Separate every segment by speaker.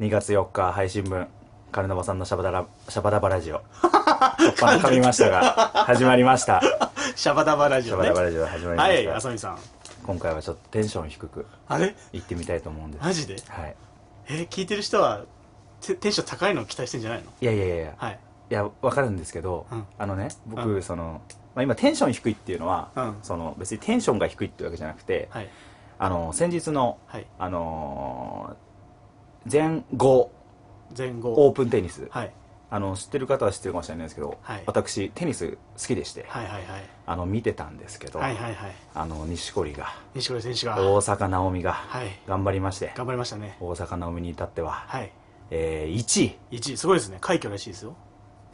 Speaker 1: 2月4日配信分カルナバさんのシャバダラシャバダバラジオパン噛みました が始まりました
Speaker 2: シャバダバラジ
Speaker 1: シャ
Speaker 2: オ
Speaker 1: バ
Speaker 2: ね
Speaker 1: ダバラジオ始まりま
Speaker 2: は
Speaker 1: し
Speaker 2: い
Speaker 1: た、
Speaker 2: あさみさん
Speaker 1: 今回はちょっとテンション低く
Speaker 2: あれ
Speaker 1: 行ってみたいと思うんです
Speaker 2: マジで
Speaker 1: はい
Speaker 2: えー聞いてる人はテテンション高いのを期待してんじゃないの
Speaker 1: いやいやいやいや、
Speaker 2: はい
Speaker 1: いやわかるんですけど、
Speaker 2: うん
Speaker 1: あのね僕、
Speaker 2: う
Speaker 1: その、まあ、今テンション低いっていうのは、
Speaker 2: うん
Speaker 1: その別にテンションが低いってわけじゃなくて、
Speaker 2: はい
Speaker 1: あの先日の
Speaker 2: はい
Speaker 1: あのー全豪
Speaker 2: 前後
Speaker 1: オープンテニス、
Speaker 2: はい
Speaker 1: あの知ってる方は知ってるかもしれないですけど、
Speaker 2: はい
Speaker 1: 私テニス好きでして、
Speaker 2: はいはいはい
Speaker 1: あの見てたんですけど、
Speaker 2: はいはいはい
Speaker 1: あの錦織が
Speaker 2: 西堀選手が
Speaker 1: 大坂なおみが
Speaker 2: はい
Speaker 1: 頑張りまして、
Speaker 2: 頑張りましたね
Speaker 1: 大坂なおみに至っては、
Speaker 2: はい
Speaker 1: えー1位
Speaker 2: 1位すごいですね快挙らしいですよ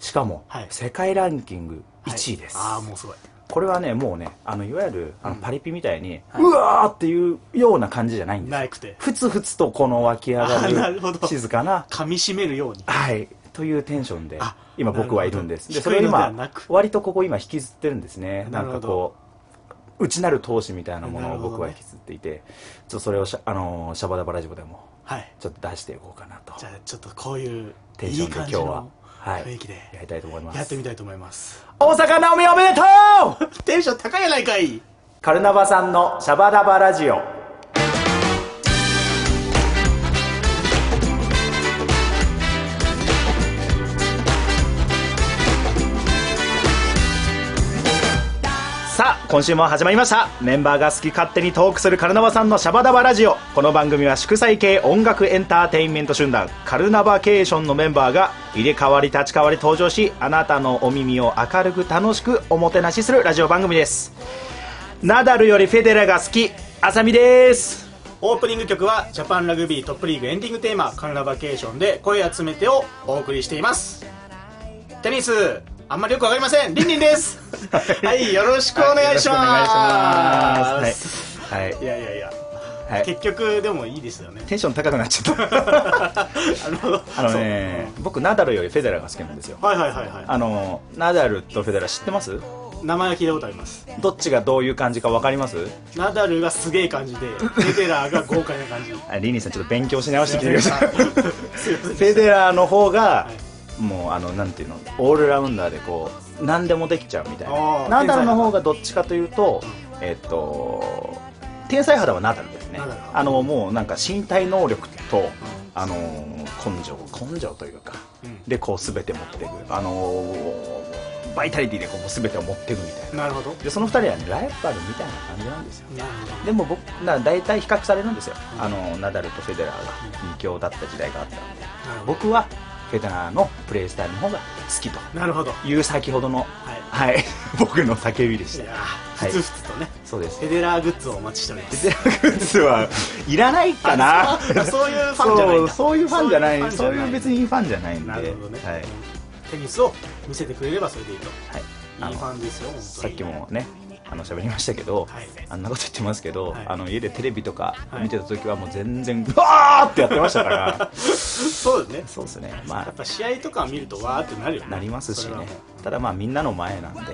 Speaker 1: しかも、
Speaker 2: はい
Speaker 1: 世界ランキング
Speaker 2: はい
Speaker 1: 1位です、
Speaker 2: ああもうすごい
Speaker 1: これはねもうねあのいわゆるあの
Speaker 2: うん
Speaker 1: パリピみたいに、
Speaker 2: はいう
Speaker 1: わーっていうような感じじゃないんです
Speaker 2: なくて
Speaker 1: ふつふつとこの湧き上
Speaker 2: あーな
Speaker 1: が
Speaker 2: る
Speaker 1: る
Speaker 2: ほど
Speaker 1: 静かな
Speaker 2: 噛み締めるように
Speaker 1: はい。というテンションで
Speaker 2: あ、
Speaker 1: 今僕はいるんです。
Speaker 2: な
Speaker 1: で、
Speaker 2: る
Speaker 1: そ
Speaker 2: ほど
Speaker 1: れを
Speaker 2: 低いのでは
Speaker 1: 今
Speaker 2: なく、
Speaker 1: 割とここ今引きずってるんですね。な
Speaker 2: なんる
Speaker 1: か
Speaker 2: ほど
Speaker 1: こう、内なる闘志みたいなもの
Speaker 2: な
Speaker 1: を
Speaker 2: るほどね
Speaker 1: 僕は引きずっていて、ちょっとそれをしゃ、あのーシャバダバラジオでも、
Speaker 2: はい
Speaker 1: ちょっと出していこうかなと。
Speaker 2: じゃあちょっとこういう
Speaker 1: テンショ
Speaker 2: いい
Speaker 1: ンで今
Speaker 2: 感
Speaker 1: 日
Speaker 2: じ
Speaker 1: は
Speaker 2: の、
Speaker 1: は
Speaker 2: 雰囲
Speaker 1: い
Speaker 2: 気で。
Speaker 1: やりたいと思いま
Speaker 2: やって
Speaker 1: す
Speaker 2: み。たいと思います
Speaker 1: 大阪なおみおめでとう
Speaker 2: テンション高いやないかい
Speaker 1: カルナバさんのシャバダバラジオ。さあ今週も始まりましたメンバーが好き勝手にトークするカルナバさんのシャバダバラジオこの番組は祝祭系音楽エンターテインメント集団カルナバケーションのメンバーが入れ替わり立ち替わり登場しあなたのお耳を明るく楽しくおもてなしするラジオ番組ですナダルよりフェデラが好きあさみです
Speaker 2: オープニング曲はジャパンラグビートップリーグエンディングテーマ「カルナバケーション」で「声集めて」をお送りしていますテニスあんまりよくわかりませんリンリンですはいよろしくお願いします
Speaker 1: すはい、はい
Speaker 2: いやいやいや、
Speaker 1: はい
Speaker 2: 結局でもいいです よね
Speaker 1: テンション高くなっちゃった
Speaker 2: あの
Speaker 1: あのね僕ナダルよりフェデラが好きなんですよ
Speaker 2: そうはいはいはいは
Speaker 1: あのナダルとフェデラ知ってます
Speaker 2: い名前は聞いたことあります
Speaker 1: どっちがどういう感じか分かります
Speaker 2: ナダルがすげえ感じでフェデラーが豪快な感じ
Speaker 1: あリニーさんちょっと勉強し直してきてくださいフ
Speaker 2: すいません
Speaker 1: ェデラーの方が、
Speaker 2: はい
Speaker 1: もうあのなんていうのオールラウンダーでこう何でもできちゃうみたい
Speaker 2: あ
Speaker 1: な
Speaker 2: ー
Speaker 1: ナダルの方がどっちかというとえっと天才肌はナダルですね
Speaker 2: ナダル
Speaker 1: あのもうなんか身体能力とあの根性根性というか
Speaker 2: うん
Speaker 1: でこう全て持っていくあのバイタリティでこう全てを持っていくみたいな
Speaker 2: なるほど
Speaker 1: でその2人は、ね、ライバルみたいな感じなんですよ
Speaker 2: なる
Speaker 1: でも僕な大体比較されるんですよ、
Speaker 2: うん
Speaker 1: あのナダルとフェデラーが2強だった時代があったんで
Speaker 2: ほどなるほ
Speaker 1: 僕はフェデラーのプレースタイルの方が好きと
Speaker 2: どなるほど
Speaker 1: いう先ほどの
Speaker 2: はい
Speaker 1: はい 僕の叫びでし
Speaker 2: い
Speaker 1: た
Speaker 2: やーふつふつとね、
Speaker 1: そうです
Speaker 2: フェデラーグッズをお待ちしております
Speaker 1: フェデラーグッズはいらないかな
Speaker 2: あ そういうファンじゃないん
Speaker 1: そう
Speaker 2: だ
Speaker 1: そういうファンじゃないそういう
Speaker 2: に
Speaker 1: 別にファンじゃないんで
Speaker 2: なるほどね、
Speaker 1: はい
Speaker 2: テニスを見せてくれればそれでいいとい
Speaker 1: はい
Speaker 2: いフ
Speaker 1: あの
Speaker 2: ァンですよ本当に
Speaker 1: さっきもねあの喋りましたけど、
Speaker 2: はい
Speaker 1: あんなこと言ってますけど、
Speaker 2: はい
Speaker 1: あの家でテレビとか
Speaker 2: はい
Speaker 1: 見てた時はもう全然うわーってやってましたから
Speaker 2: そうですね
Speaker 1: そうですねま
Speaker 2: や
Speaker 1: あ
Speaker 2: っぱ試合とか見るとわーってなるよね
Speaker 1: なりますし
Speaker 2: それは
Speaker 1: ね
Speaker 2: もう
Speaker 1: ただまあみんなの前なんで、
Speaker 2: い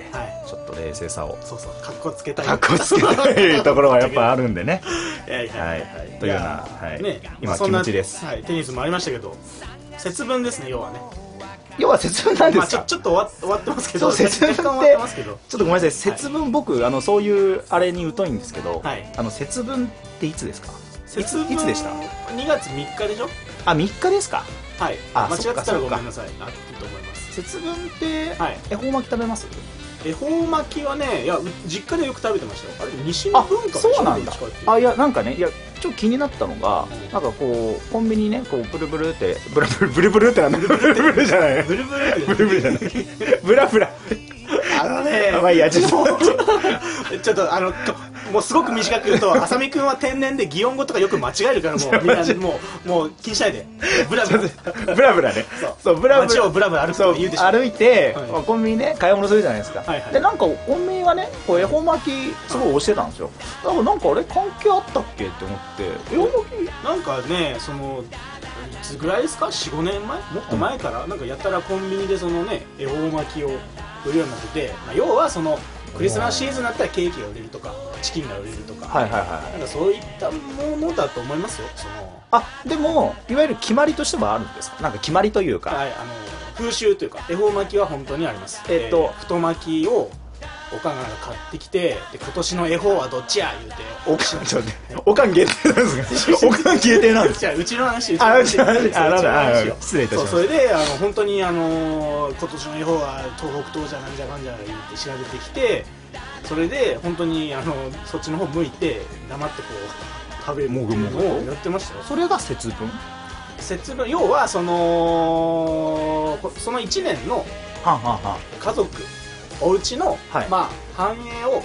Speaker 1: ちょっと冷静さを
Speaker 2: そうそうかっこつけたい
Speaker 1: かっこつけた いところはやっぱあるんでね
Speaker 2: いやいやいや
Speaker 1: はい
Speaker 2: いや
Speaker 1: というようなはい
Speaker 2: ね
Speaker 1: 今
Speaker 2: そんな
Speaker 1: 気持ちです
Speaker 2: はい、テニスもありましたけど節分ですね要はね
Speaker 1: 要は節分なんで
Speaker 2: まあ
Speaker 1: す
Speaker 2: ちょ
Speaker 1: か、
Speaker 2: ちょっと終わ終わってますけ
Speaker 1: そ
Speaker 2: ど
Speaker 1: う節分って
Speaker 2: 若干終わってますけど
Speaker 1: ちょっとごめんなさい節分僕、あのそういうあれに疎いんですけど、
Speaker 2: はい
Speaker 1: あの節分っていつですかい
Speaker 2: 節
Speaker 1: つ
Speaker 2: 分
Speaker 1: いつでした
Speaker 2: 2月3日でしょ
Speaker 1: あ3日ですか
Speaker 2: はい
Speaker 1: あ
Speaker 2: 間違ってたら
Speaker 1: そっ
Speaker 2: ご
Speaker 1: か
Speaker 2: めんなさいあいいと思います
Speaker 1: 節分って、
Speaker 2: はい
Speaker 1: 恵方巻き食べます
Speaker 2: 恵方巻きはねいやう実家でよく食べてましたよあれ西の
Speaker 1: あ
Speaker 2: 文化でしょ
Speaker 1: そうなんだ
Speaker 2: どっちかっていうと
Speaker 1: あいやなんかねいやちょっと気になったのが、
Speaker 2: うん
Speaker 1: なんかこうコンビニねこうブルブルってブラブルブルブルってなんだブルブルじゃない
Speaker 2: ブルブル
Speaker 1: ブルブルじゃないブラブラ
Speaker 2: あのね
Speaker 1: まあいいやちょっと
Speaker 2: ちょっとあのともうすごく短く言 うと浅見君は天然で擬音語とかよく間違えるからもうみんなもうもう気にしないでブラブラ
Speaker 1: ブラブラね
Speaker 2: そう
Speaker 1: ブラブ
Speaker 2: 街を
Speaker 1: ラ
Speaker 2: ブラブラ歩く
Speaker 1: そ
Speaker 2: っ
Speaker 1: う
Speaker 2: て言うでしょ
Speaker 1: 歩いて、
Speaker 2: はい
Speaker 1: まあコンビニね買い物するじゃないですか、
Speaker 2: はいはい
Speaker 1: でなんかコンビニがねこう恵方巻きすごい押してたんですよだからなんかあれ関係あったっけって思って恵方巻き
Speaker 2: なんかねそのいつぐらいですか45年前もっと前から、なんかやったらコンビニでそのね恵方巻きを売るようになってて、まあ、要はそのクリスマスシーズンだったらケーキが売れるとかチキンが売れるとか、
Speaker 1: はいはいはい
Speaker 2: なんかそういったものだと思いますよその
Speaker 1: あでもいわゆる決まりとしてはあるんですかなんか決まりというか、
Speaker 2: はい、あの風習というか恵方巻きは本当にあります
Speaker 1: えっと
Speaker 2: ー太巻きをおかんが買ってきてで今年の恵方はどっちや言うて
Speaker 1: おかんちょっと待っておかん限定なんです かおかん限定なんです
Speaker 2: じゃあうちの話う
Speaker 1: あ
Speaker 2: ちの
Speaker 1: うちの話あ
Speaker 2: そう
Speaker 1: なんだ
Speaker 2: うちの話
Speaker 1: あ
Speaker 2: よ
Speaker 1: 失礼いたしました
Speaker 2: そうそれであの本当にあの今年の恵方は東北東じゃなんじゃかんじゃ言って調べてきてそれで本当にあのそっちの方向いて黙ってこう食べるっていうのをやってましたよ
Speaker 1: それが節分
Speaker 2: 節分要はそのこその1年の
Speaker 1: はんはんはん
Speaker 2: 家族お家の、
Speaker 1: はい
Speaker 2: まあ繁栄を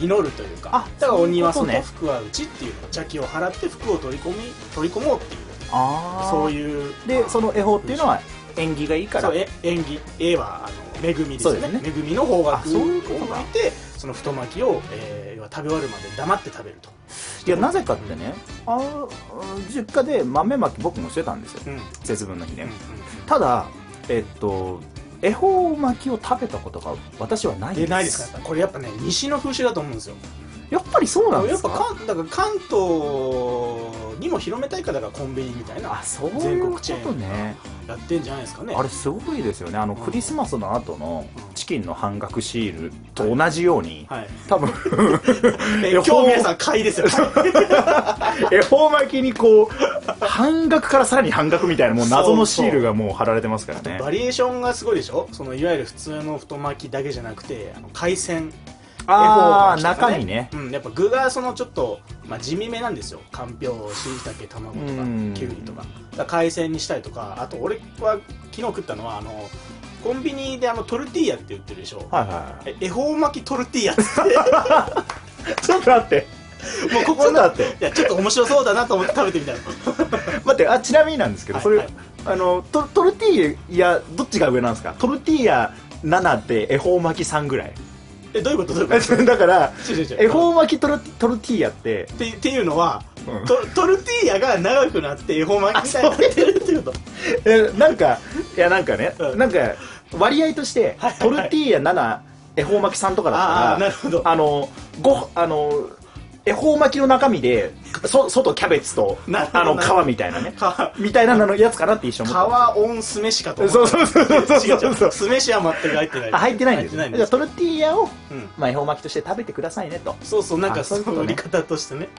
Speaker 2: 祈るというか
Speaker 1: あ
Speaker 2: だからお庭
Speaker 1: そう
Speaker 2: 外
Speaker 1: いうことね
Speaker 2: 福は内っていう邪気を払って福を取り込み取り込もうっていう
Speaker 1: ああ
Speaker 2: そういう
Speaker 1: でそ
Speaker 2: の
Speaker 1: の恵方っていうのは縁起がいいから
Speaker 2: そうえ縁起絵はあの恵みで
Speaker 1: そう
Speaker 2: す
Speaker 1: で
Speaker 2: ね
Speaker 1: すね
Speaker 2: 恵みの方
Speaker 1: あ
Speaker 2: 角
Speaker 1: そ
Speaker 2: を
Speaker 1: う
Speaker 2: 向
Speaker 1: い
Speaker 2: いう
Speaker 1: ことか
Speaker 2: てその太巻きを、えー要は食べ終わるまで黙って食べると、
Speaker 1: いやなぜかってねあー実家で豆まき僕もしてたんですよ
Speaker 2: うんうん
Speaker 1: 節分の日ね、
Speaker 2: うん
Speaker 1: ただえっと恵方巻きを食べたことが私はないんです
Speaker 2: でないですかやっぱこれやっぱね西の風習だと思うんですよ
Speaker 1: やっぱりそうなんで
Speaker 2: やっ
Speaker 1: すか
Speaker 2: ぱ関だから関東にも広めたいからだからコンビニみたいな
Speaker 1: あそうい
Speaker 2: 全
Speaker 1: う
Speaker 2: 国
Speaker 1: こ
Speaker 2: チェー
Speaker 1: と
Speaker 2: ン
Speaker 1: ね
Speaker 2: やってんじゃないですかね
Speaker 1: あれすごいですよねあのクリスマスの後のチキンの半額シール
Speaker 2: は
Speaker 1: と
Speaker 2: い
Speaker 1: 同じように、
Speaker 2: はい、
Speaker 1: 多分
Speaker 2: え
Speaker 1: 予
Speaker 2: 今日
Speaker 1: 報
Speaker 2: 皆さん買いですよ買い
Speaker 1: 恵方巻きにこう半額からさらに半額みたいなもう謎のシールがもう貼られてますからね
Speaker 2: バリエーションがすごいでしょそのいわゆる普通の太巻きだけじゃなくてあの海鮮
Speaker 1: ああ、
Speaker 2: 恵方巻きとか
Speaker 1: 中にね
Speaker 2: うん、やっぱ具がそのちょっと、まあ、地味めなんですよかんぴょうしいたけ卵とか
Speaker 1: うん
Speaker 2: きゅうりとかだから海鮮にしたりとかあと俺は昨日食ったのはあのコンビニであのトルティーヤって売ってるでしょ、
Speaker 1: はいはい
Speaker 2: え恵方巻きトルティ ーヤっつっ
Speaker 1: ちょっと待って
Speaker 2: てもう
Speaker 1: ち
Speaker 2: こ
Speaker 1: ょ
Speaker 2: こ
Speaker 1: っと
Speaker 2: の
Speaker 1: 待って
Speaker 2: いやちょっと面白そうだなと思って食べてみたの
Speaker 1: 待ってあちなみになんですけど、
Speaker 2: はい
Speaker 1: それ、
Speaker 2: はい
Speaker 1: あのトトルティーヤどっちが上なんですかトルティーヤ7って恵方巻き3ぐらい
Speaker 2: えどういうことどういうこと
Speaker 1: だから
Speaker 2: 違う違う違う
Speaker 1: 恵方巻きトルトルティーヤって
Speaker 2: ってっていうのは、
Speaker 1: うん
Speaker 2: トトルティーヤが長くなって恵方巻きみたいになってるっていうこと
Speaker 1: えなんかいやなんかね、
Speaker 2: うん
Speaker 1: なんか割合として
Speaker 2: はいはい
Speaker 1: トルティーヤ7恵方巻き3とかだったら
Speaker 2: あーなるほど
Speaker 1: あのごあの恵方巻きの中身でそ外キャベツと
Speaker 2: なるほど
Speaker 1: あの
Speaker 2: なるほど
Speaker 1: 皮みたいなね
Speaker 2: 皮
Speaker 1: みたいなののやつかなって一緒に思った
Speaker 2: 皮オン酢飯かと思った
Speaker 1: そうそうそうそう
Speaker 2: 違う違う
Speaker 1: そう
Speaker 2: 酢飯は全く入ってない
Speaker 1: あ入ってないんです
Speaker 2: 入って
Speaker 1: じゃあトルティーヤを、
Speaker 2: うん
Speaker 1: まあ、恵方巻きとして食べてくださいねと
Speaker 2: そうそうなん
Speaker 1: あ
Speaker 2: か
Speaker 1: そ
Speaker 2: そう
Speaker 1: いうこと
Speaker 2: の
Speaker 1: ね
Speaker 2: 売り方としてね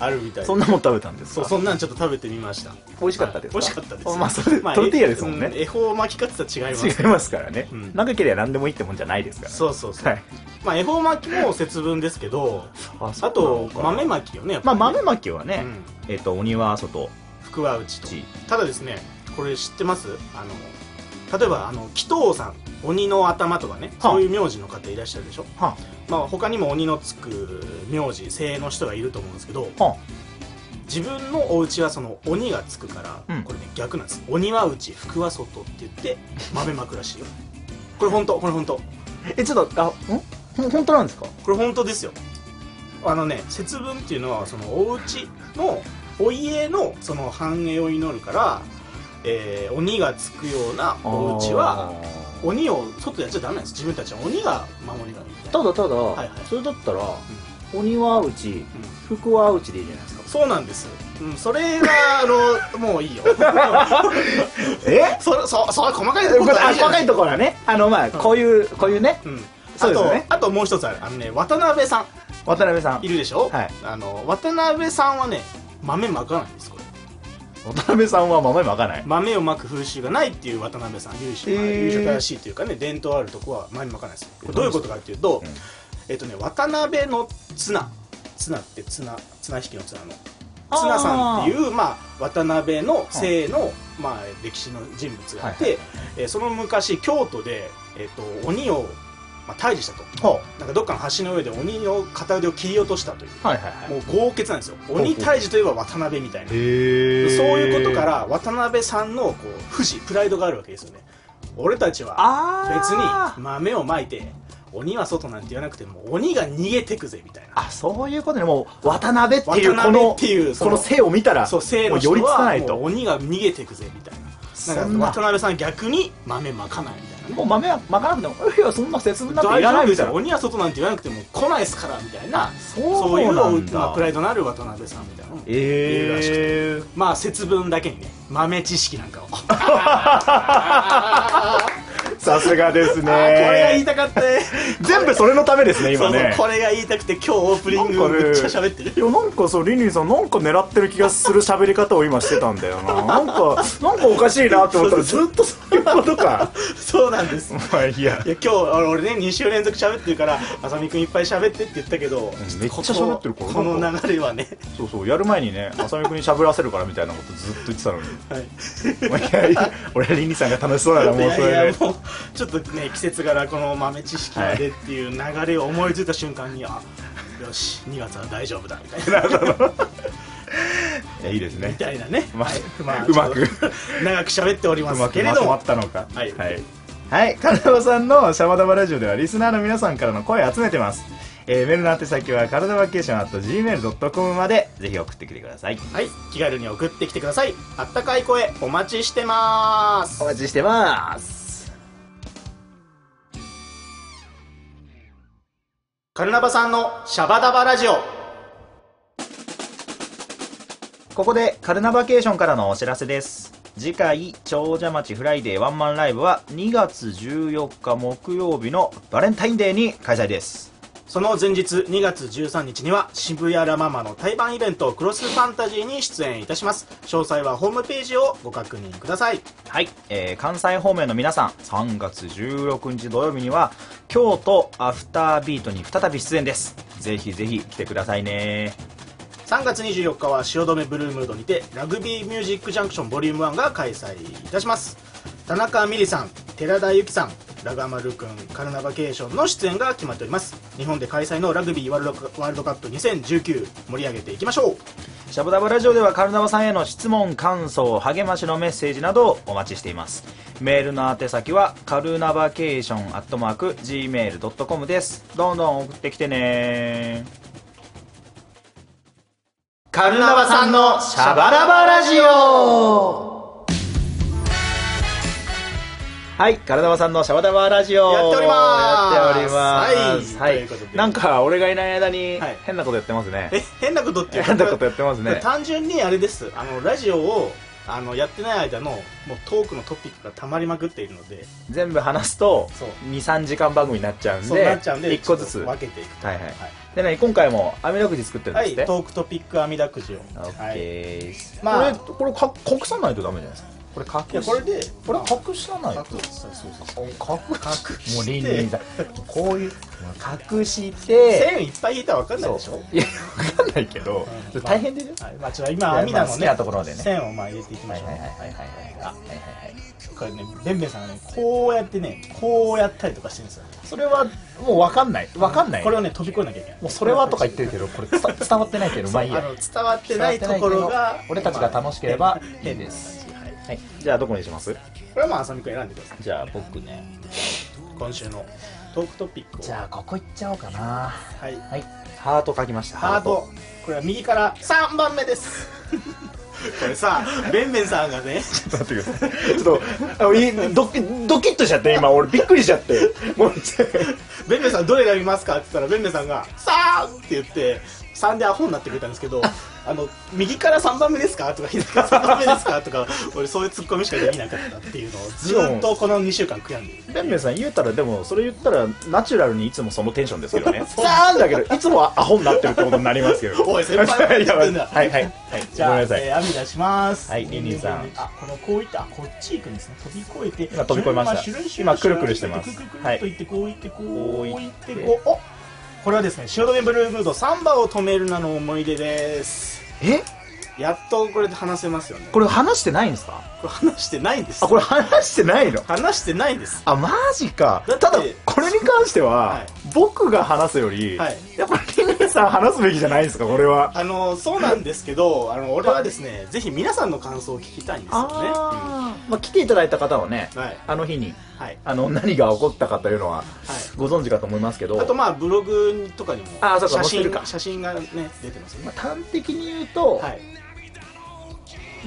Speaker 2: あるみたい
Speaker 1: そんなもん食べたんです
Speaker 2: そ
Speaker 1: か
Speaker 2: うそんなんちょっと食べてみました
Speaker 1: 美味しかったですか
Speaker 2: 美味しかったです
Speaker 1: まあそれトルティーヤですもんね
Speaker 2: う恵方巻きかって言ったら違います
Speaker 1: 違いますからね、
Speaker 2: うん
Speaker 1: 長ければ何でもいいってもんじゃないですから
Speaker 2: そうそうそう、
Speaker 1: はい
Speaker 2: まあ恵方巻きも節分ですけど
Speaker 1: あ
Speaker 2: あと豆
Speaker 1: ま
Speaker 2: 巻きよねやっ
Speaker 1: ま
Speaker 2: ぱ
Speaker 1: あ
Speaker 2: りね
Speaker 1: 豆巻きはね、
Speaker 2: うん
Speaker 1: えっ、とお庭外
Speaker 2: 福は内と
Speaker 1: 地
Speaker 2: ただですねこれ知ってますあの例えばあの鬼頭さん鬼の頭とかね
Speaker 1: はあ
Speaker 2: そういう名字の方いらっしゃるでしょ、
Speaker 1: は
Speaker 2: まあ、他にも鬼のつく名字姓の人がいると思うんですけど
Speaker 1: あは
Speaker 2: 自分のお家はその鬼がつくから、
Speaker 1: うん
Speaker 2: これね逆なんです鬼は内福は外って言って豆まくらしいよこれ本当これ本当
Speaker 1: あえちょっとあんほん本当なんですか
Speaker 2: これ本当ですよあのね節分っていうのはそのお家のお家のその繁栄を祈るから、えー鬼がつくようなお家は
Speaker 1: あー
Speaker 2: 鬼を外でやっちゃダメなんです自分たちは鬼が守り神みたいな、
Speaker 1: ただただ、
Speaker 2: いはい
Speaker 1: それだったら、お庭うち福はうちでいいじゃないですか
Speaker 2: うんそうなんです、うん、それはあのもういいよ
Speaker 1: え
Speaker 2: そそそう細かいことは
Speaker 1: あ
Speaker 2: いいじ
Speaker 1: 細
Speaker 2: ゃな
Speaker 1: か
Speaker 2: い
Speaker 1: いところはねあのまあこういうこういうね
Speaker 2: うん
Speaker 1: そう
Speaker 2: あ
Speaker 1: です
Speaker 2: と、
Speaker 1: ね
Speaker 2: あともう一つあるあのね渡辺さ
Speaker 1: 渡辺さ
Speaker 2: んい
Speaker 1: ん
Speaker 2: るでしょ、
Speaker 1: はい
Speaker 2: あの渡辺さんはね豆まかないんですこれ
Speaker 1: 渡辺さんは豆まかない
Speaker 2: 豆をまく風習がないっていう渡辺さん優秀、
Speaker 1: へー
Speaker 2: 優秀正しいというかね伝統あるとこは豆まかないですこれどういうことかっていうと、
Speaker 1: うん
Speaker 2: えっとね渡辺の綱綱って綱綱引きの綱の綱さんっていうまあ、渡辺の姓の、まあ、歴史の人物があって、
Speaker 1: は
Speaker 2: えーその昔京都で、えっと鬼を、まあ、退治したと
Speaker 1: ほ
Speaker 2: なんかどっかの橋の上で鬼の片腕を切り落としたという
Speaker 1: うはいはいはい
Speaker 2: もう豪傑なんですよ鬼退治といえば渡辺みたいな
Speaker 1: へ
Speaker 2: そういうことから渡辺さんのこう富士プライドがあるわけですよね俺たちは
Speaker 1: あー
Speaker 2: 別に豆をまいて鬼は外なんて言わなくても鬼が逃げてくぜみたいな
Speaker 1: あそういうことねもう渡辺っていうこ
Speaker 2: 渡辺
Speaker 1: の
Speaker 2: っていうそ
Speaker 1: こ
Speaker 2: の
Speaker 1: の性を見たら
Speaker 2: そう性の
Speaker 1: もうよ
Speaker 2: 人
Speaker 1: りつか
Speaker 2: は
Speaker 1: ない
Speaker 2: もう
Speaker 1: と
Speaker 2: 鬼が逃げてくぜみたいな
Speaker 1: そん
Speaker 2: な
Speaker 1: なん
Speaker 2: か渡辺さん逆に豆まかないみたい
Speaker 1: もう豆は巻かなくても「いやそんな節分なんてい
Speaker 2: 大
Speaker 1: ら
Speaker 2: 丈
Speaker 1: ない」
Speaker 2: 夫で
Speaker 1: み
Speaker 2: す
Speaker 1: たいな
Speaker 2: よ鬼は外なんて言わなくても来ないですからみたいな
Speaker 1: そ
Speaker 2: そうういう
Speaker 1: なんだ
Speaker 2: まあプライドのある渡辺さんみたいなのを言うらしくて
Speaker 1: えー、
Speaker 2: まあ節分だけにね豆知識なんかを
Speaker 1: さすがですね
Speaker 2: これが言いたかったね
Speaker 1: 全部それのためですね今ね
Speaker 2: そうそうこれが言いたくて今日オープニングめっちゃ喋ってる
Speaker 1: いやなんかそうリンリンさんなんか狙ってる気がする喋り方を今してたんだよななんかなんかおかしいなって思ったらずっとそういうことか
Speaker 2: そうなんですい
Speaker 1: まあいや
Speaker 2: や今日あの俺ね2週連続喋ってるからあさみくんいっぱい喋ってって言ったけど
Speaker 1: めっちゃ喋ってるから
Speaker 2: ここの流れはね、
Speaker 1: そうそうやる前にね浅見君に喋らせるからみたいなことずっと言ってたの に
Speaker 2: はい、
Speaker 1: もういやいや俺リンリンさんが楽しそうならもうそれ
Speaker 2: いやい
Speaker 1: で
Speaker 2: やもうちょっとね季節柄この豆知識までっていう流れを思いついた瞬間に、あよし2月は大丈夫だみたいな
Speaker 1: いやいいですね
Speaker 2: みたいなね、
Speaker 1: まあ
Speaker 2: あ
Speaker 1: うまく
Speaker 2: ちょっと長く喋っており
Speaker 1: う
Speaker 2: ま
Speaker 1: ますく
Speaker 2: けれ
Speaker 1: ま
Speaker 2: ど
Speaker 1: とま
Speaker 2: も
Speaker 1: ったのか
Speaker 2: はい
Speaker 1: はい、はい、金沢さんのシャバダバラジオではリスナーの皆さんからの声を集めてます、えーメールの宛先は体バケーション at gmail.com までぜひ送ってきてください
Speaker 2: はい気軽に送ってきてくださいあったかい声お待ちしてます
Speaker 1: お待ちしてます
Speaker 2: カルナバさんのシャバダバラジオ
Speaker 1: ここでカルナバケーションからのお知らせです次回長者町フライデーワンマンライブは2月14日木曜日のバレンタインデーに開催です
Speaker 2: その前日2月13日には渋谷ラママの対バンイベントクロスファンタジーに出演いたします詳細はホームページをご確認ください
Speaker 1: はい、えー関西方面の皆さん3月16日土曜日には京都アフタービートに再び出演ですぜひぜひ来てくださいね
Speaker 2: 3月24日は汐留ブルームードにてラグビーミュージックジャンクションボリューム1が開催いたします田中美里さん寺田由紀さんラガマルくんカルナバケーションの出演が決まっております日本で開催のラグビーワールドカワールドカップ2019盛り上げていきましょう
Speaker 1: シャブダブラジオではカルナバさんへの質問感想励ましのメッセージなどをお待ちしていますメールの宛先はカルナバケーションアットマーク Gmail.com ですどんどん送ってきてね
Speaker 2: カルナバさんのシャバラバラジオ
Speaker 1: はい、カルナバさんのシャバダバラジオ
Speaker 2: やっております
Speaker 1: やっております
Speaker 2: はい
Speaker 1: はい
Speaker 2: ということで
Speaker 1: なんか俺がいない間に
Speaker 2: はい
Speaker 1: 変なことやってますね、
Speaker 2: え変なことっていうか
Speaker 1: 変なことやってますね
Speaker 2: 単純にあれですあのラジオをあのやってない間のもうトークのトピックがたまりまくっているので
Speaker 1: 全部話すと
Speaker 2: そう
Speaker 1: 23時間番組になっちゃうん
Speaker 2: そうな
Speaker 1: で
Speaker 2: っちゃうんで
Speaker 1: 一個ずつ
Speaker 2: ちょっと
Speaker 1: は
Speaker 2: 分けていくと
Speaker 1: いはい、でね今回も網戸口作ってるん
Speaker 2: は
Speaker 1: ですっ
Speaker 2: い、
Speaker 1: て、
Speaker 2: トークトピック網だくじを、
Speaker 1: オッ
Speaker 2: はい、い
Speaker 1: ケー、
Speaker 2: まあ
Speaker 1: これこれか隠さないとダメじゃないですかこれ隠
Speaker 2: や
Speaker 1: し
Speaker 2: これで
Speaker 1: これ隠さないと
Speaker 2: そうそうそう
Speaker 1: 隠
Speaker 2: して
Speaker 1: もう倫理だこういう隠して
Speaker 2: 線いっぱい引いたら分かんないでしょ
Speaker 1: そういやわかんないけど
Speaker 2: うん
Speaker 1: 大変でね
Speaker 2: はいまあ、ちょっと今網なのね
Speaker 1: 好きなところでね
Speaker 2: 線をまあ入れていきましょう、
Speaker 1: はいはいはいはいはいはいはい
Speaker 2: これねべんべんさんはねこうやってねこうやったりとかしてるんですよ
Speaker 1: それはもうわかんないわかんない
Speaker 2: これをね飛び越えなきゃいけない
Speaker 1: もうそれはとか言ってるけどこれ伝伝わってないけどまあいい
Speaker 2: あ
Speaker 1: や
Speaker 2: の伝わってないところが
Speaker 1: 俺たちが楽しければいいです
Speaker 2: まあ変な感じはい
Speaker 1: はいじゃあどこにします
Speaker 2: これはまああさみくん選んでください
Speaker 1: じゃあ僕ね
Speaker 2: 今週のトークトピックを
Speaker 1: じゃあここ行っちゃおうかな
Speaker 2: はい
Speaker 1: はいハート書きました
Speaker 2: ハートこれは右から3番目です これさべんべんさんがね
Speaker 1: ちょっと待ってください。ちょっと、あいドキドキッとしちゃって、今、俺、びっくりしちゃって。もう、
Speaker 2: ベンベンさんどれ選びますかって言ったらベンベンさんが「3!」って言って3でアホになってくれたんですけど「あの右から3番目ですか?」とか「左から3番目ですか?」とか俺そういうツッコミしかできなかったっていうのをずっとこの2週間悔やんでる
Speaker 1: ベンベンさん言うたら、でも、それ言ったら、ナチュラルにいつもそのテンションですけどね。さーんだけど、いつもはアホになってるってことになりますけど。
Speaker 2: おい先輩
Speaker 1: いや
Speaker 2: 言ってんだ
Speaker 1: はい、はい、はい。
Speaker 2: じゃ
Speaker 1: ご
Speaker 2: あ、
Speaker 1: め
Speaker 2: え
Speaker 1: んなさい。
Speaker 2: ー、網出します
Speaker 1: はいリンリンさん
Speaker 2: あこのこういったあこっち行くんですね飛び越えて
Speaker 1: 今飛び越えました
Speaker 2: シュルンシュルン
Speaker 1: 今くるくるしてます
Speaker 2: シュルンシュルンシュルンくるくるくるっと行ってこう
Speaker 1: はい
Speaker 2: 行ってこう行ってこうおこれはですね「汐留ブルームードサンバを止めるな」の思い出です
Speaker 1: え
Speaker 2: やっとこれで話せますよね
Speaker 1: これ話してないんですか
Speaker 2: これ話してないんです
Speaker 1: あ、これ話してないの
Speaker 2: 話してないです
Speaker 1: あ、マジか。
Speaker 2: だったて
Speaker 1: だ、これに関しては、
Speaker 2: はい
Speaker 1: 僕が話すより、
Speaker 2: はい
Speaker 1: やっぱりベンベンさん話すべきじゃないですか、これは。
Speaker 2: あのそうなんです けどあの俺はですねぜひ皆さんの感想を聞きたいんですよね
Speaker 1: あーまあ、来ていただいた方はね、
Speaker 2: はい
Speaker 1: あの日に
Speaker 2: うんはい
Speaker 1: あの何が起こったかというのは
Speaker 2: はい
Speaker 1: ご存知かと思いますけど、
Speaker 2: あとまあブログとかにも
Speaker 1: あそうか
Speaker 2: 写
Speaker 1: 載せ
Speaker 2: 真
Speaker 1: る
Speaker 2: が
Speaker 1: か
Speaker 2: 写真がね出てますよ
Speaker 1: ま
Speaker 2: ね
Speaker 1: あ端的に言うと、
Speaker 2: はい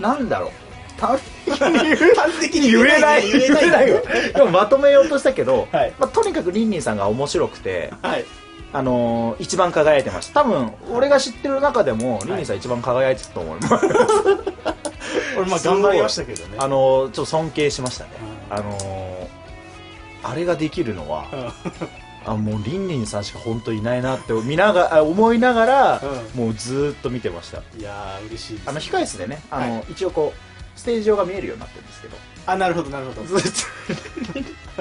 Speaker 1: なんだろう端的に言う
Speaker 2: 端的 に
Speaker 1: 言えない
Speaker 2: 言
Speaker 1: 言
Speaker 2: え
Speaker 1: え
Speaker 2: な
Speaker 1: ないいよでもまとめようとしたけど、
Speaker 2: はい
Speaker 1: まあ、とにかくリンリンさんが面白くて、
Speaker 2: はい
Speaker 1: あのー一番輝いてました多分俺が知ってる中でもリンリンさん一番輝いてたと思います、
Speaker 2: 俺まあ頑張りましたけどね
Speaker 1: あのーちょっと尊敬しましたね、
Speaker 2: う
Speaker 1: あのーあれができるのは、 あもうリンリンさんしか本当いないなって見ながあ思いながら、
Speaker 2: う
Speaker 1: もうずーっと見てました
Speaker 2: いやー嬉しいです
Speaker 1: あの控室でねあの、
Speaker 2: は
Speaker 1: 一応こうステージ上が見えるようになってるんですけど
Speaker 2: あなるほどなるほど
Speaker 1: ず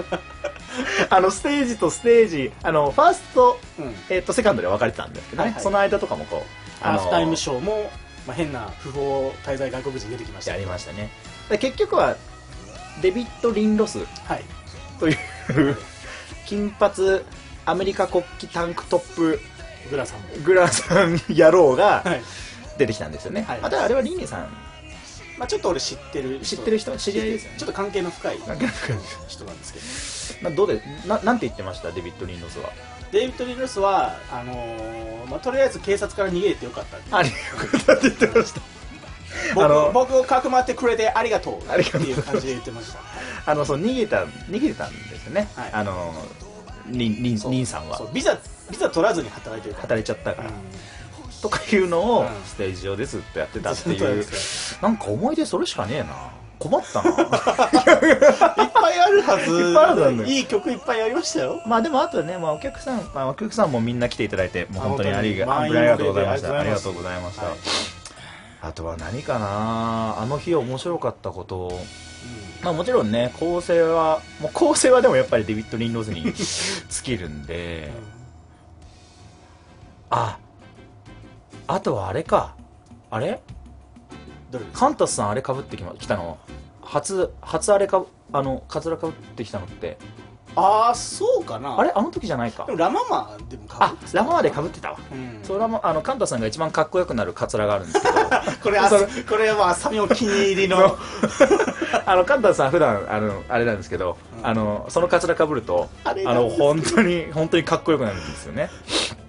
Speaker 1: っとあのステージとステージあのファースト、
Speaker 2: うん
Speaker 1: えっとセカンドで分かれてたんですけどね、
Speaker 2: はいはい
Speaker 1: その間とかもこう
Speaker 2: ハーフタイム
Speaker 1: ョ
Speaker 2: ショーも、まあ、変な不法滞在外国人出てきました
Speaker 1: あ
Speaker 2: け
Speaker 1: り
Speaker 2: ど
Speaker 1: ましたねで結局はデビッド・リンロス
Speaker 2: はい
Speaker 1: という 金髪アメリカ国旗タンクトップ
Speaker 2: グラさんも
Speaker 1: グラさん野郎が
Speaker 2: はい
Speaker 1: 出てきたんですよね、
Speaker 2: はい
Speaker 1: またあれはリンネさん
Speaker 2: まあちょっと俺知ってる
Speaker 1: 知ってる人知り合いですよね
Speaker 2: ちょっと関係の深い
Speaker 1: 関係の深い
Speaker 2: 人なんですけど
Speaker 1: などうでななんて言ってましたデビッド・リンロスは
Speaker 2: デイビッド・リルスはあのーまあ、とりあえず警察から逃げれてよかった
Speaker 1: ありがとうって言ってましたあの
Speaker 2: 僕僕をかくまってくれてありがとう
Speaker 1: ありがとう
Speaker 2: っていう感じで言ってました
Speaker 1: あのそう逃げた逃げてたんですよね、
Speaker 2: はい
Speaker 1: あのリンリンリンさんは
Speaker 2: そうビザビザ取らずに働いてるから
Speaker 1: 働いちゃったから、
Speaker 2: う
Speaker 1: とかいうの
Speaker 2: う
Speaker 1: を
Speaker 2: ん
Speaker 1: ステージ上でずっとやってたって
Speaker 2: ずっとや
Speaker 1: い
Speaker 2: っ
Speaker 1: う
Speaker 2: てた
Speaker 1: なんか思い出それしかねえな困ったな
Speaker 2: んいっぱいあるはず
Speaker 1: いっぱいあるはずなんだよ
Speaker 2: いい曲いっぱいありましたよ
Speaker 1: まあでもあとね、まあ、お客さん、まあ、お客さんもみんな来ていただいてもう本当にありが
Speaker 2: あ
Speaker 1: あ
Speaker 2: 本
Speaker 1: り
Speaker 2: 当に
Speaker 1: がとうございました
Speaker 2: 満
Speaker 1: あ
Speaker 2: 員
Speaker 1: り
Speaker 2: 御
Speaker 1: が
Speaker 2: 礼で
Speaker 1: とうございました、
Speaker 2: はい
Speaker 1: あとは何かなあの日面白かったこと
Speaker 2: う
Speaker 1: まあもちろんね構成はもう構成はでもやっぱりデビッド・リンローズに尽きるんで、
Speaker 2: ん
Speaker 1: ああとはあれかあれ
Speaker 2: どれですか
Speaker 1: カンタスさんあれかぶってき,、ま、きたの初初あれかぶあのカツラかぶってきたのって
Speaker 2: ああそうかな
Speaker 1: あれあの時じゃないか
Speaker 2: でもラママでもか
Speaker 1: あ
Speaker 2: ぶってた
Speaker 1: ラマまでかぶってたわ
Speaker 2: うん
Speaker 1: それはもうあのカンタさんが一番かっこよくなるカツラがあるんです けど
Speaker 2: これあこれはサミお気に入りの
Speaker 1: あのカンタさん普段あのあれなんですけど、
Speaker 2: うん
Speaker 1: あのそのカツラかぶると
Speaker 2: あ
Speaker 1: あ
Speaker 2: れなん
Speaker 1: の
Speaker 2: ですよ
Speaker 1: 本当に本当にかっこよくなるんですよね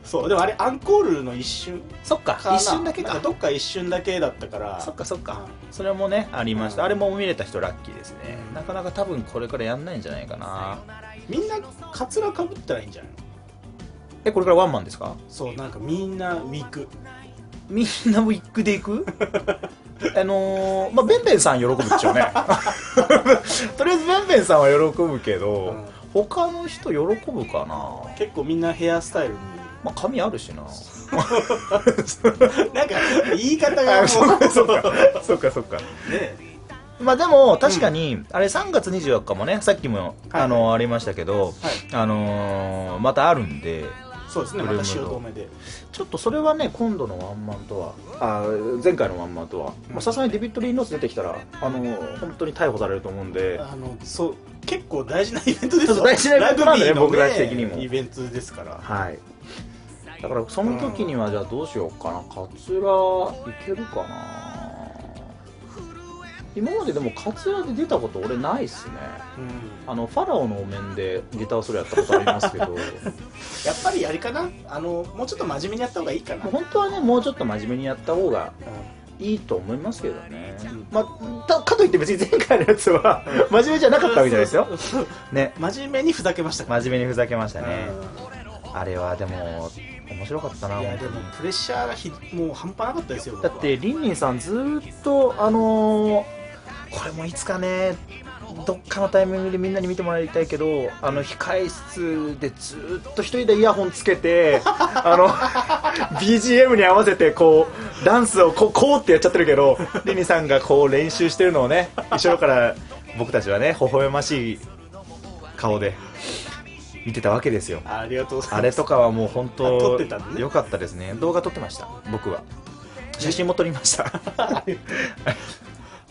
Speaker 2: そうでもあれアンコールの一瞬
Speaker 1: そっか
Speaker 2: かな
Speaker 1: 一瞬だけ
Speaker 2: なん
Speaker 1: か
Speaker 2: どっか一瞬だけだったから
Speaker 1: そっかそっかそれもねありました、
Speaker 2: うん
Speaker 1: あれも見れた人ラッキーですね
Speaker 2: うん
Speaker 1: なかなか多分これからやんないんじゃないかな
Speaker 2: みんなカツラかぶったらいいんじゃないの
Speaker 1: えこれからワンマンですか
Speaker 2: そうなんかみんなウィーク
Speaker 1: みんなウィッグでい くあのー、まあベンベンさん喜ぶっちゃうね とりあえずベンベンさんは喜ぶけど、
Speaker 2: うん
Speaker 1: 他の人喜ぶかな
Speaker 2: 結構みんなヘアスタイルに
Speaker 1: まあ髪あるしな
Speaker 2: なんか言い方 がも
Speaker 1: あ
Speaker 2: う
Speaker 1: そうかそうかそうかそうか
Speaker 2: ね
Speaker 1: まあでも確かに、あれ3月24日もねさっきも、
Speaker 2: はい
Speaker 1: あのありましたけど、
Speaker 2: はい
Speaker 1: あのーまたあるんで
Speaker 2: そうですねまた汐留で
Speaker 1: ちょっとそれはね今度のワンマンとはあ前回のワンマンとはまあさすがにデビッド・リー・ノース出てきたらあのー本当に逮捕されると思うんで
Speaker 2: あのそう結構大事なイベントです
Speaker 1: そう大事なイベントなんだね僕たち的にも
Speaker 2: イベントですから
Speaker 1: はいだからその時にはじゃあどうしようかなカツラいけるかな今まででもカツラで出たこと俺ないっすね
Speaker 2: うん
Speaker 1: あのファラオのお面でギターソロやったことありますけど も
Speaker 2: やっぱりあれかなあのもうちょっと真面目にやった方がいいかな
Speaker 1: う本当はねもうちょっと真面目にやった方が
Speaker 2: う
Speaker 1: いいと思いますけどね
Speaker 2: うん、
Speaker 1: まあ、たかといって別に前回のやつは真面目じゃなんかったわけじゃないですよ
Speaker 2: そうそうそう
Speaker 1: ね
Speaker 2: 真面目にふざけましたから
Speaker 1: 真面目にふざけましたね
Speaker 2: うん
Speaker 1: あれはでも面白かったない
Speaker 2: やでもプレッシャーがひもう半端なかったですよ僕
Speaker 1: だ
Speaker 2: は
Speaker 1: ってりんりんさんずーっとあのーこれもいつかねどっかのタイミングでみんなに見てもらいたいけどあの控室でずーっと一人でイヤホンつけて あの BGM に合わせてこうダンスをこうこうってやっちゃってるけどりんりんさんがこう練習してるのをね後ろから僕たちはね微笑ましい顔で見てたわけですよ
Speaker 2: ありがとうございます
Speaker 1: あれとかはもう本
Speaker 2: あ撮っ
Speaker 1: 当
Speaker 2: てたのね
Speaker 1: 良かったですね動画撮ってました僕は写真も撮りました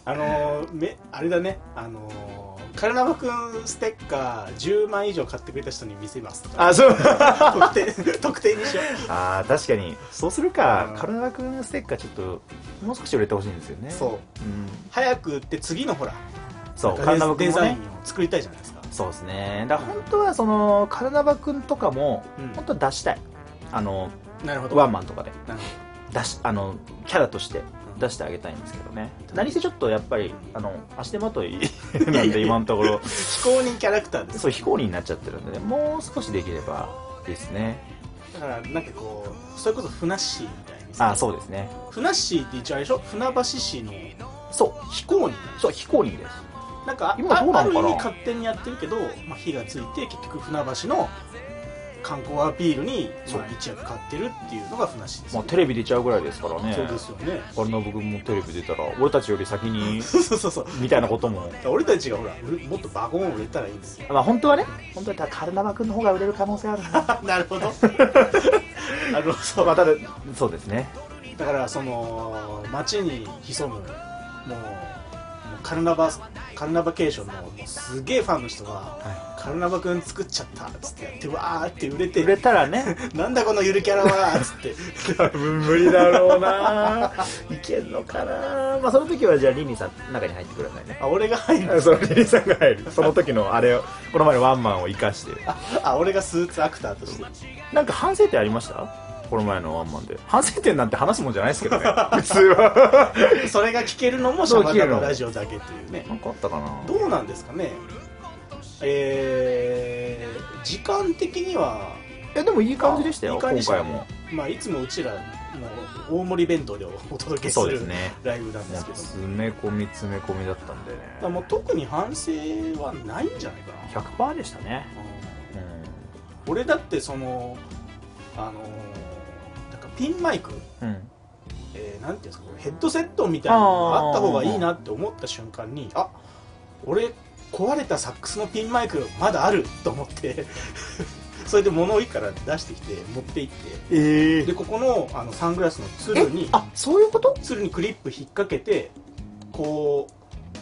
Speaker 2: あのーめあれだねあのーカルナバくんステッカー10枚以上買ってくれた人に見せますとか
Speaker 1: あそう
Speaker 2: 特典特典にしよ
Speaker 1: あー確かにそうする
Speaker 2: う
Speaker 1: か
Speaker 2: ん
Speaker 1: 体くんステッカーちょっともう少し売れてほしいんですよね
Speaker 2: うそう
Speaker 1: う、ん、
Speaker 2: 早く売って次のほら
Speaker 1: そう
Speaker 2: なん
Speaker 1: 体
Speaker 2: か
Speaker 1: く
Speaker 2: デ
Speaker 1: んも
Speaker 2: ザイン
Speaker 1: ね
Speaker 2: を作りたいじゃないですか
Speaker 1: そうですねだから本当はその体くんとかも
Speaker 2: うん
Speaker 1: 本当は出したいあの
Speaker 2: なるほど
Speaker 1: ワンマンとかで
Speaker 2: なる
Speaker 1: 出しあのキャラとして
Speaker 2: ほど
Speaker 1: 出してあげたいんですけどね何せちょっとやっぱりあの足手まといなんで今のところ
Speaker 2: 非公認キャラクターです
Speaker 1: そう非公認になっちゃってるんでねもう少しできればいいですね
Speaker 2: だからなんかこうそれこそふなっしーみたいに
Speaker 1: あ
Speaker 2: さ
Speaker 1: あそうですね
Speaker 2: ふなっしーって一応あれでしょ船橋市の
Speaker 1: そう
Speaker 2: 非公認
Speaker 1: そう非公認です
Speaker 2: なんかあ
Speaker 1: 今どうなの
Speaker 2: ある
Speaker 1: か
Speaker 2: 意
Speaker 1: な
Speaker 2: 味勝手にやってるけど、まあ、火がついて結局船橋の観光アピールに、
Speaker 1: そう
Speaker 2: まあ、一役買ってるっていうのがふなっしーです
Speaker 1: も
Speaker 2: よ
Speaker 1: うテレビ出ちゃうぐらいですからね
Speaker 2: そうですよね
Speaker 1: カルナバ君もテレビ出たら俺たちより先に
Speaker 2: そうそうそうそう
Speaker 1: みたいなことも
Speaker 2: 俺たちがほら売れもっとバゴン売れたらいいんですよ
Speaker 1: まあ本当はね本当はカルナバ君の方が売れる可能性 あるな
Speaker 2: なるほ どなるほど
Speaker 1: まあただそうですね
Speaker 2: だからその街に潜むもうもうカルナバカルナバケーションのもうすげえファンの人が
Speaker 1: は
Speaker 2: 「カルナバくん作っちゃった」っつってやってわーって売れ
Speaker 1: い
Speaker 2: て
Speaker 1: 売れたらね
Speaker 2: なんだこのゆるキャラは」っつって
Speaker 1: 多分無理だろうな いけんのかなまあその時はじゃあリンリンさん中に入ってくださいね
Speaker 2: あ俺が入 る
Speaker 1: そのリリーさんが入るその時のあれをこの前のワンマンを生かして
Speaker 2: あ俺がスーツアクターとして
Speaker 1: なんか反省点ありましたこの前のワンマンで反省点なんて話すもんじゃないですけどね 普通は
Speaker 2: それが聞けるのもシャバダのラジオだけというね
Speaker 1: なんかあったかな
Speaker 2: どうなんですかねえー、時間的にはい
Speaker 1: やでもいい感じでしたよ
Speaker 2: いい感
Speaker 1: 今
Speaker 2: じでしたね
Speaker 1: 回も
Speaker 2: まあいつもうちらもう大盛り弁当でお届けす
Speaker 1: そうで
Speaker 2: る
Speaker 1: すね
Speaker 2: ライブなんですけど
Speaker 1: 詰め込み詰め込みだったんでね
Speaker 2: だからもう特に反省はないんじゃないかな
Speaker 1: 100%でしたね
Speaker 2: うん
Speaker 1: う
Speaker 2: 俺だってそのあのーなんかピンマイク、
Speaker 1: ん、うん、
Speaker 2: えーなんていうんですかヘッドセットみたいなのがあった方がいいなって思った瞬間にあ俺壊れたサックスのピンマイクまだあると思って それで物置から出してきて持って行っ
Speaker 1: え
Speaker 2: てでここのあのサングラスのツルに
Speaker 1: あそういうこと
Speaker 2: ツルにクリップ引っ掛けてこう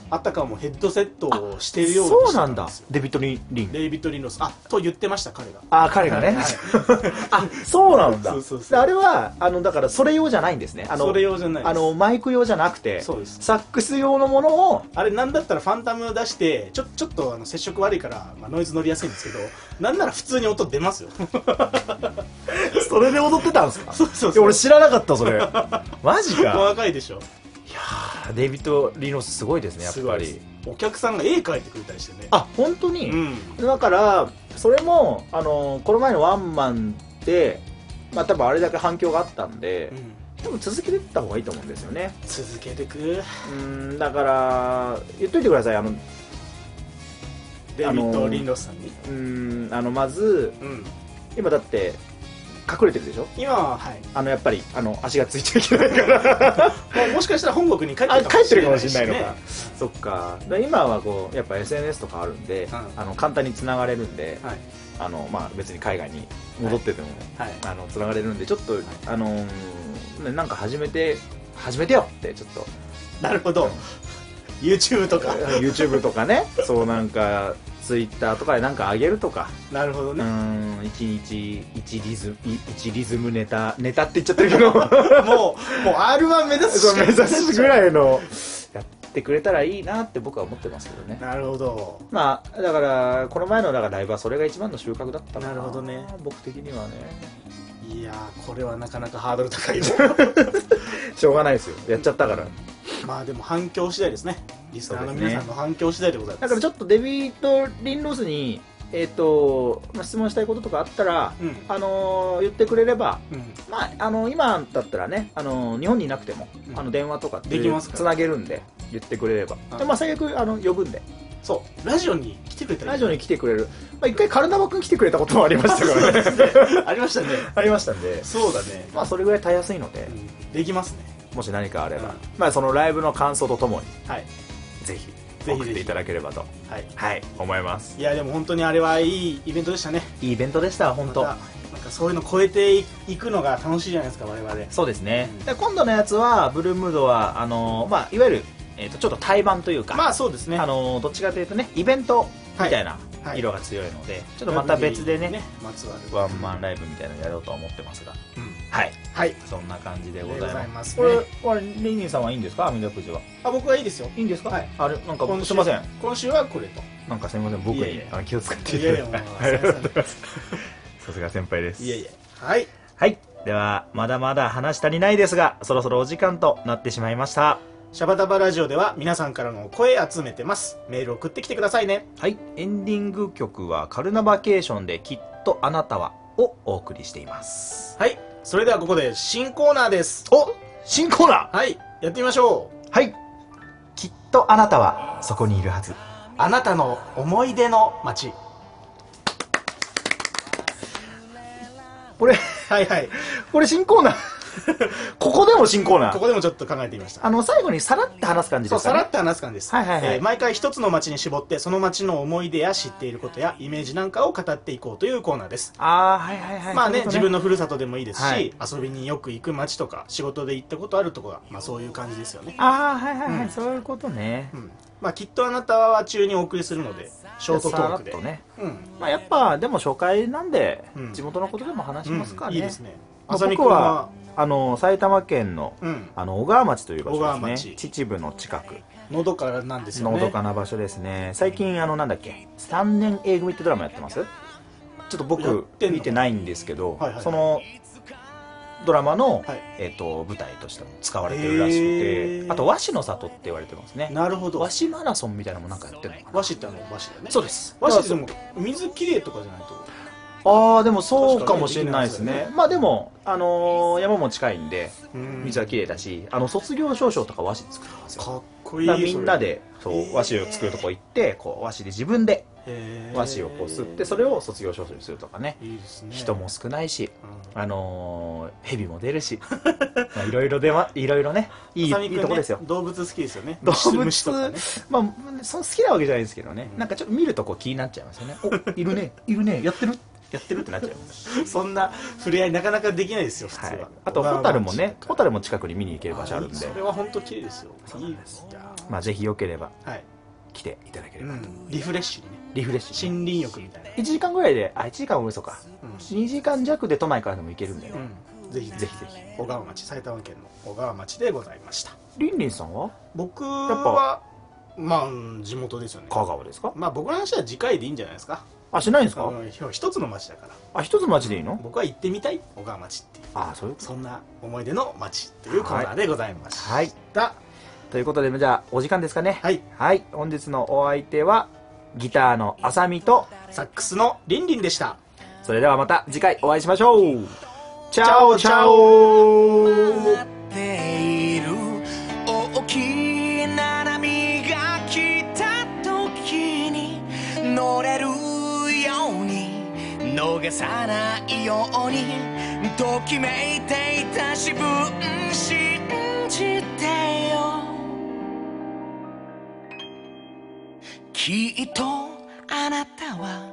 Speaker 2: あたかもヘッドセットをしてるようにして
Speaker 1: そう
Speaker 2: た
Speaker 1: なんだ
Speaker 2: ですよ
Speaker 1: デビットリン・リン
Speaker 2: デイビッド・リノスあと言ってました彼が
Speaker 1: あ彼がね あそうなんだ
Speaker 2: そうそうそう
Speaker 1: あれはあのだからそれ用じゃないんですねあの
Speaker 2: それ用じゃないです
Speaker 1: あのマイク用じゃなくて
Speaker 2: そうです
Speaker 1: サックス用のものを
Speaker 2: あれなんだったらファンタム出してちょちょっとあの接触悪いから、まあ、ノイズ乗りやすい んですけどなんなら普通に音出ますよ
Speaker 1: それで踊ってたんですか
Speaker 2: そうそう
Speaker 1: いや
Speaker 2: そう
Speaker 1: 俺知らなかった それマジ
Speaker 2: お
Speaker 1: か
Speaker 2: 若いでしょ
Speaker 1: いやーデイビッド・リノスすごいですねやっ
Speaker 2: すご
Speaker 1: ぱ
Speaker 2: いです
Speaker 1: り
Speaker 2: お客さんが絵描いてくれたりしてね
Speaker 1: あ本当に、
Speaker 2: うん
Speaker 1: だからそれもあのこの前のワンマンでまあ多分あれだけ反響があったんで
Speaker 2: うん
Speaker 1: 多分続けてった方がいいと思うんですよね
Speaker 2: 続けてく
Speaker 1: うんだから言っといてくださいあのう
Speaker 2: デイビッド・リンロスさんに、
Speaker 1: ーんあのまず
Speaker 2: うん、
Speaker 1: 今だって隠れてるでしょ
Speaker 2: 今ははい
Speaker 1: あのやっぱりあの足がついちゃいけないから
Speaker 2: もうもしかしたら本国に帰って
Speaker 1: あ
Speaker 2: る
Speaker 1: 帰ってるかもしれないのか
Speaker 2: しね、
Speaker 1: そっかだから今はこうやっぱ SNS とかあるんで、
Speaker 2: うん
Speaker 1: あの簡単につながれるんで、
Speaker 2: はい
Speaker 1: あのまあ、別に海外に戻ってても、
Speaker 2: はい
Speaker 1: あのつながれるんでちょっと、あのーね、なんか始めて始めてよってちょっ と
Speaker 2: なるほど YouTube とか
Speaker 1: あの YouTube とかねそうなんか Twitter とかでなんかあげるとか
Speaker 2: なるほど
Speaker 1: う
Speaker 2: ね
Speaker 1: ん1日1リズム1リズムネタネタって言っちゃってるけど
Speaker 2: もうもう R1 目指 す
Speaker 1: そう
Speaker 2: しか
Speaker 1: 目指すぐらいの やってくれたらいいなって僕は思ってますけどね
Speaker 2: なるほど
Speaker 1: まあだからこの前のだからライブはそれが一番の収穫だったか
Speaker 2: なるほどね
Speaker 1: 僕的にはね
Speaker 2: いやーこれはなかなかハードル高いよ
Speaker 1: しょうがないですよやっちゃったから、
Speaker 2: まあでも反響次第ですねリスナーの皆さんの反響次第でございます
Speaker 1: だからちょっとデビッド・リンロスにえっ、と、まあ、質問したいこととかあったら、
Speaker 2: うん
Speaker 1: あのー言ってくれれば
Speaker 2: うん
Speaker 1: まあ、あの今だったらね、あの日本にいなくても、
Speaker 2: うん
Speaker 1: あの電話とか
Speaker 2: できますから
Speaker 1: つなげるんで言ってくれれば、
Speaker 2: はい
Speaker 1: でまあ、最悪あの呼ぶんで
Speaker 2: そうラジオに来てくれたら
Speaker 1: ラジオに来てくれる、まあ、一回カルナバ君来てくれたこともありましたからね
Speaker 2: ありましたね
Speaker 1: ありましたんで、
Speaker 2: そうだね、
Speaker 1: まあ、それぐらいたやすいので
Speaker 2: う、んできますね
Speaker 1: もし何かあれば、
Speaker 2: うん
Speaker 1: まあ、そのライブの感想とともに
Speaker 2: はい
Speaker 1: ぜひ
Speaker 2: ぜひ
Speaker 1: 送っていただければと
Speaker 2: はい
Speaker 1: はい思います
Speaker 2: いやでも本当にあれはいいイベントでしたね
Speaker 1: いいイベントでした本当、
Speaker 2: またなんかそういうの超えていくのが楽しいじゃないですか我々
Speaker 1: そうですね
Speaker 2: うん
Speaker 1: で今度のやつはブルームードはあの、まあ、いわゆる、えー、とちょっと対バンというか、
Speaker 2: まあそうですね
Speaker 1: あのどっちかというとねイベントみたいな
Speaker 2: はい
Speaker 1: 色が強いので、ちょっとまた別でね
Speaker 2: まつわる
Speaker 1: ワンマンライブみたいなのやろうとは思ってますが
Speaker 2: うん
Speaker 1: はい
Speaker 2: はい
Speaker 1: そんな感じでご
Speaker 2: でご
Speaker 1: ざ
Speaker 2: ざ
Speaker 1: い
Speaker 2: い
Speaker 1: ま
Speaker 2: ますす
Speaker 1: これ
Speaker 2: ね
Speaker 1: これリンリンさんはいいんですか網だくじは
Speaker 2: あ僕はいいですよ
Speaker 1: いいんですか、
Speaker 2: はい
Speaker 1: あれなんか
Speaker 2: 今週
Speaker 1: すいません
Speaker 2: 今週はこれと
Speaker 1: なんかすいません僕
Speaker 2: いえい
Speaker 1: に
Speaker 2: え
Speaker 1: あの気を使ってい
Speaker 2: い
Speaker 1: た
Speaker 2: や
Speaker 1: だ
Speaker 2: い
Speaker 1: い
Speaker 2: やもう
Speaker 1: て
Speaker 2: すいません
Speaker 1: さすが先輩です
Speaker 2: いやいやはい
Speaker 1: はいではまだまだ話し足りないですがそろそろお時間となってしまいました
Speaker 2: シャバダバラジオでは皆さんからの声集めてます。メール送ってきてくださいね。
Speaker 1: はいエンディング曲は「カルナバケーションできっとあなたは」をお送りしています
Speaker 2: はい。それではここで新コーナーです。
Speaker 1: お新コーナー
Speaker 2: はい。やってみましょう。
Speaker 1: はいきっとあなたはそこにいるはず
Speaker 2: あなたの思い出の街。
Speaker 1: これ
Speaker 2: はいはい。
Speaker 1: これ新コーナ ーここでも新コーナ
Speaker 2: こ
Speaker 1: ー
Speaker 2: こでもちょっと考えてみました。
Speaker 1: あの最後にさらって話す感じ
Speaker 2: そ
Speaker 1: で
Speaker 2: う、
Speaker 1: すか
Speaker 2: さ
Speaker 1: ね
Speaker 2: らっと話す感じです。
Speaker 1: はいはいはい
Speaker 2: えー毎回一つの街に絞って、その街の思い出や知っていることやイメージなんかを語っていこうというコーナーです。
Speaker 1: ああはいはいはい
Speaker 2: まあね、
Speaker 1: そういうこと
Speaker 2: 自分のふるさとでもいいですし、
Speaker 1: はい
Speaker 2: 遊びによく行く街とか、仕事で行ったことあるとこが、まあそういう感じですよね。
Speaker 1: ああはいはいはい、
Speaker 2: うん
Speaker 1: そういうことね
Speaker 2: うん。まあきっとあなたは中にお送りするので、ショートト
Speaker 1: さらっ
Speaker 2: ークで。
Speaker 1: とね
Speaker 2: うん。
Speaker 1: まあやっぱでも初回なんで、
Speaker 2: うん
Speaker 1: 地元のことでも話しますから
Speaker 2: う
Speaker 1: ね、
Speaker 2: んいいですね。
Speaker 1: まあ
Speaker 2: 浅見
Speaker 1: 僕
Speaker 2: 君
Speaker 1: は
Speaker 2: は、
Speaker 1: あの埼玉県の
Speaker 2: うん、
Speaker 1: あの小川町という場所です
Speaker 2: 小川
Speaker 1: ね
Speaker 2: 町
Speaker 1: 秩父の近く
Speaker 2: のどかなんですよ
Speaker 1: の
Speaker 2: ね。
Speaker 1: どかな場所ですね最近あのなんだっけ3年 A 組ってドラマやってますちょっと
Speaker 2: やっ
Speaker 1: 僕
Speaker 2: てんの
Speaker 1: 見てないんですけど、
Speaker 2: はいはいはい
Speaker 1: そのドラマの、
Speaker 2: はい
Speaker 1: えっと舞台としても使われてるらしく
Speaker 2: へ
Speaker 1: て
Speaker 2: ー
Speaker 1: あと和紙の里って言われてますね
Speaker 2: なるほど。
Speaker 1: 和紙マラソンみたいなのもなんかやってるのかな
Speaker 2: 和紙ってあの和紙だよね。
Speaker 1: そうです
Speaker 2: 和紙でも水きれいとかじゃないと。
Speaker 1: ああでもそうかもしれないです
Speaker 2: 確かに
Speaker 1: ねまあでも、あのー山も近いんで
Speaker 2: うん
Speaker 1: 水は綺麗だしあの卒業証書とか和紙作ってますよ
Speaker 2: かっこいい。
Speaker 1: だからみんな
Speaker 2: で
Speaker 1: でそう和紙を作るとこ行ってこう和紙で自分で和紙をこう吸ってそれを卒業証書にするとかね
Speaker 2: いいですね。
Speaker 1: 人も少ないし
Speaker 2: うん。
Speaker 1: あのー、蛇も出る しまあいろいろ出まいろいろねいいい
Speaker 2: 浅見君
Speaker 1: い
Speaker 2: ね
Speaker 1: とこですよ
Speaker 2: 動物好きですよね。
Speaker 1: 動物
Speaker 2: 虫とかね。
Speaker 1: まあその好きなわけじゃないんですけどね
Speaker 2: うん
Speaker 1: なんかちょっと見るとこう気になっちゃいますよねおいるねいるねやってるやってるってなっちゃいます
Speaker 2: そんな触れ合いなかなかできないですよ、普通
Speaker 1: は
Speaker 2: は。
Speaker 1: い、あと
Speaker 2: 小川
Speaker 1: ホタルもね
Speaker 2: 町だ
Speaker 1: ホ
Speaker 2: か
Speaker 1: タ
Speaker 2: ら
Speaker 1: ルも近くに見に行ける場所あるんで
Speaker 2: それは本当綺麗ですよ。
Speaker 1: そうない
Speaker 2: い
Speaker 1: んで
Speaker 2: ですすよ。
Speaker 1: まあぜひよければ
Speaker 2: はい。
Speaker 1: 来ていただければ、
Speaker 2: うんリフレッシュにね。
Speaker 1: リフレッシュね
Speaker 2: 森林浴みたいな。
Speaker 1: 1時間ぐらいであ1時間は嘘か
Speaker 2: うん
Speaker 1: 2時間弱で都内からでも行けるんだよ、
Speaker 2: ぜひ
Speaker 1: ぜ
Speaker 2: ぜ
Speaker 1: ひ
Speaker 2: ひ
Speaker 1: ぜ
Speaker 2: 小川町埼玉県の小川町でございました
Speaker 1: ひリンリンさんは
Speaker 2: 僕
Speaker 1: っ
Speaker 2: はまあうん地元ですよね
Speaker 1: 香川ですか
Speaker 2: まあ僕の話は次回でいいんじゃないですか
Speaker 1: あしないんです
Speaker 2: あ
Speaker 1: か
Speaker 2: のひょ一つの町だから
Speaker 1: あ一つ町でいいの
Speaker 2: 僕は行ってみたい小川町っていう
Speaker 1: あそういう
Speaker 2: そんな思い出の町というコーナーでございました
Speaker 1: はい
Speaker 2: だ
Speaker 1: ということでじゃあお時間ですかね
Speaker 2: はい
Speaker 1: はい本日のお相手はギターのあさみと
Speaker 2: サックスのりんりんでした
Speaker 1: それではまた次回お会いしましょうチャオチャオ
Speaker 2: オ
Speaker 3: 待っている大きな波が来た時に乗れるように逃さないようにときめいていた自分信じてよきっとあなたは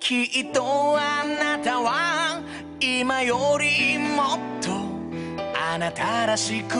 Speaker 3: きっとあなたは今よりもっとあなたらしく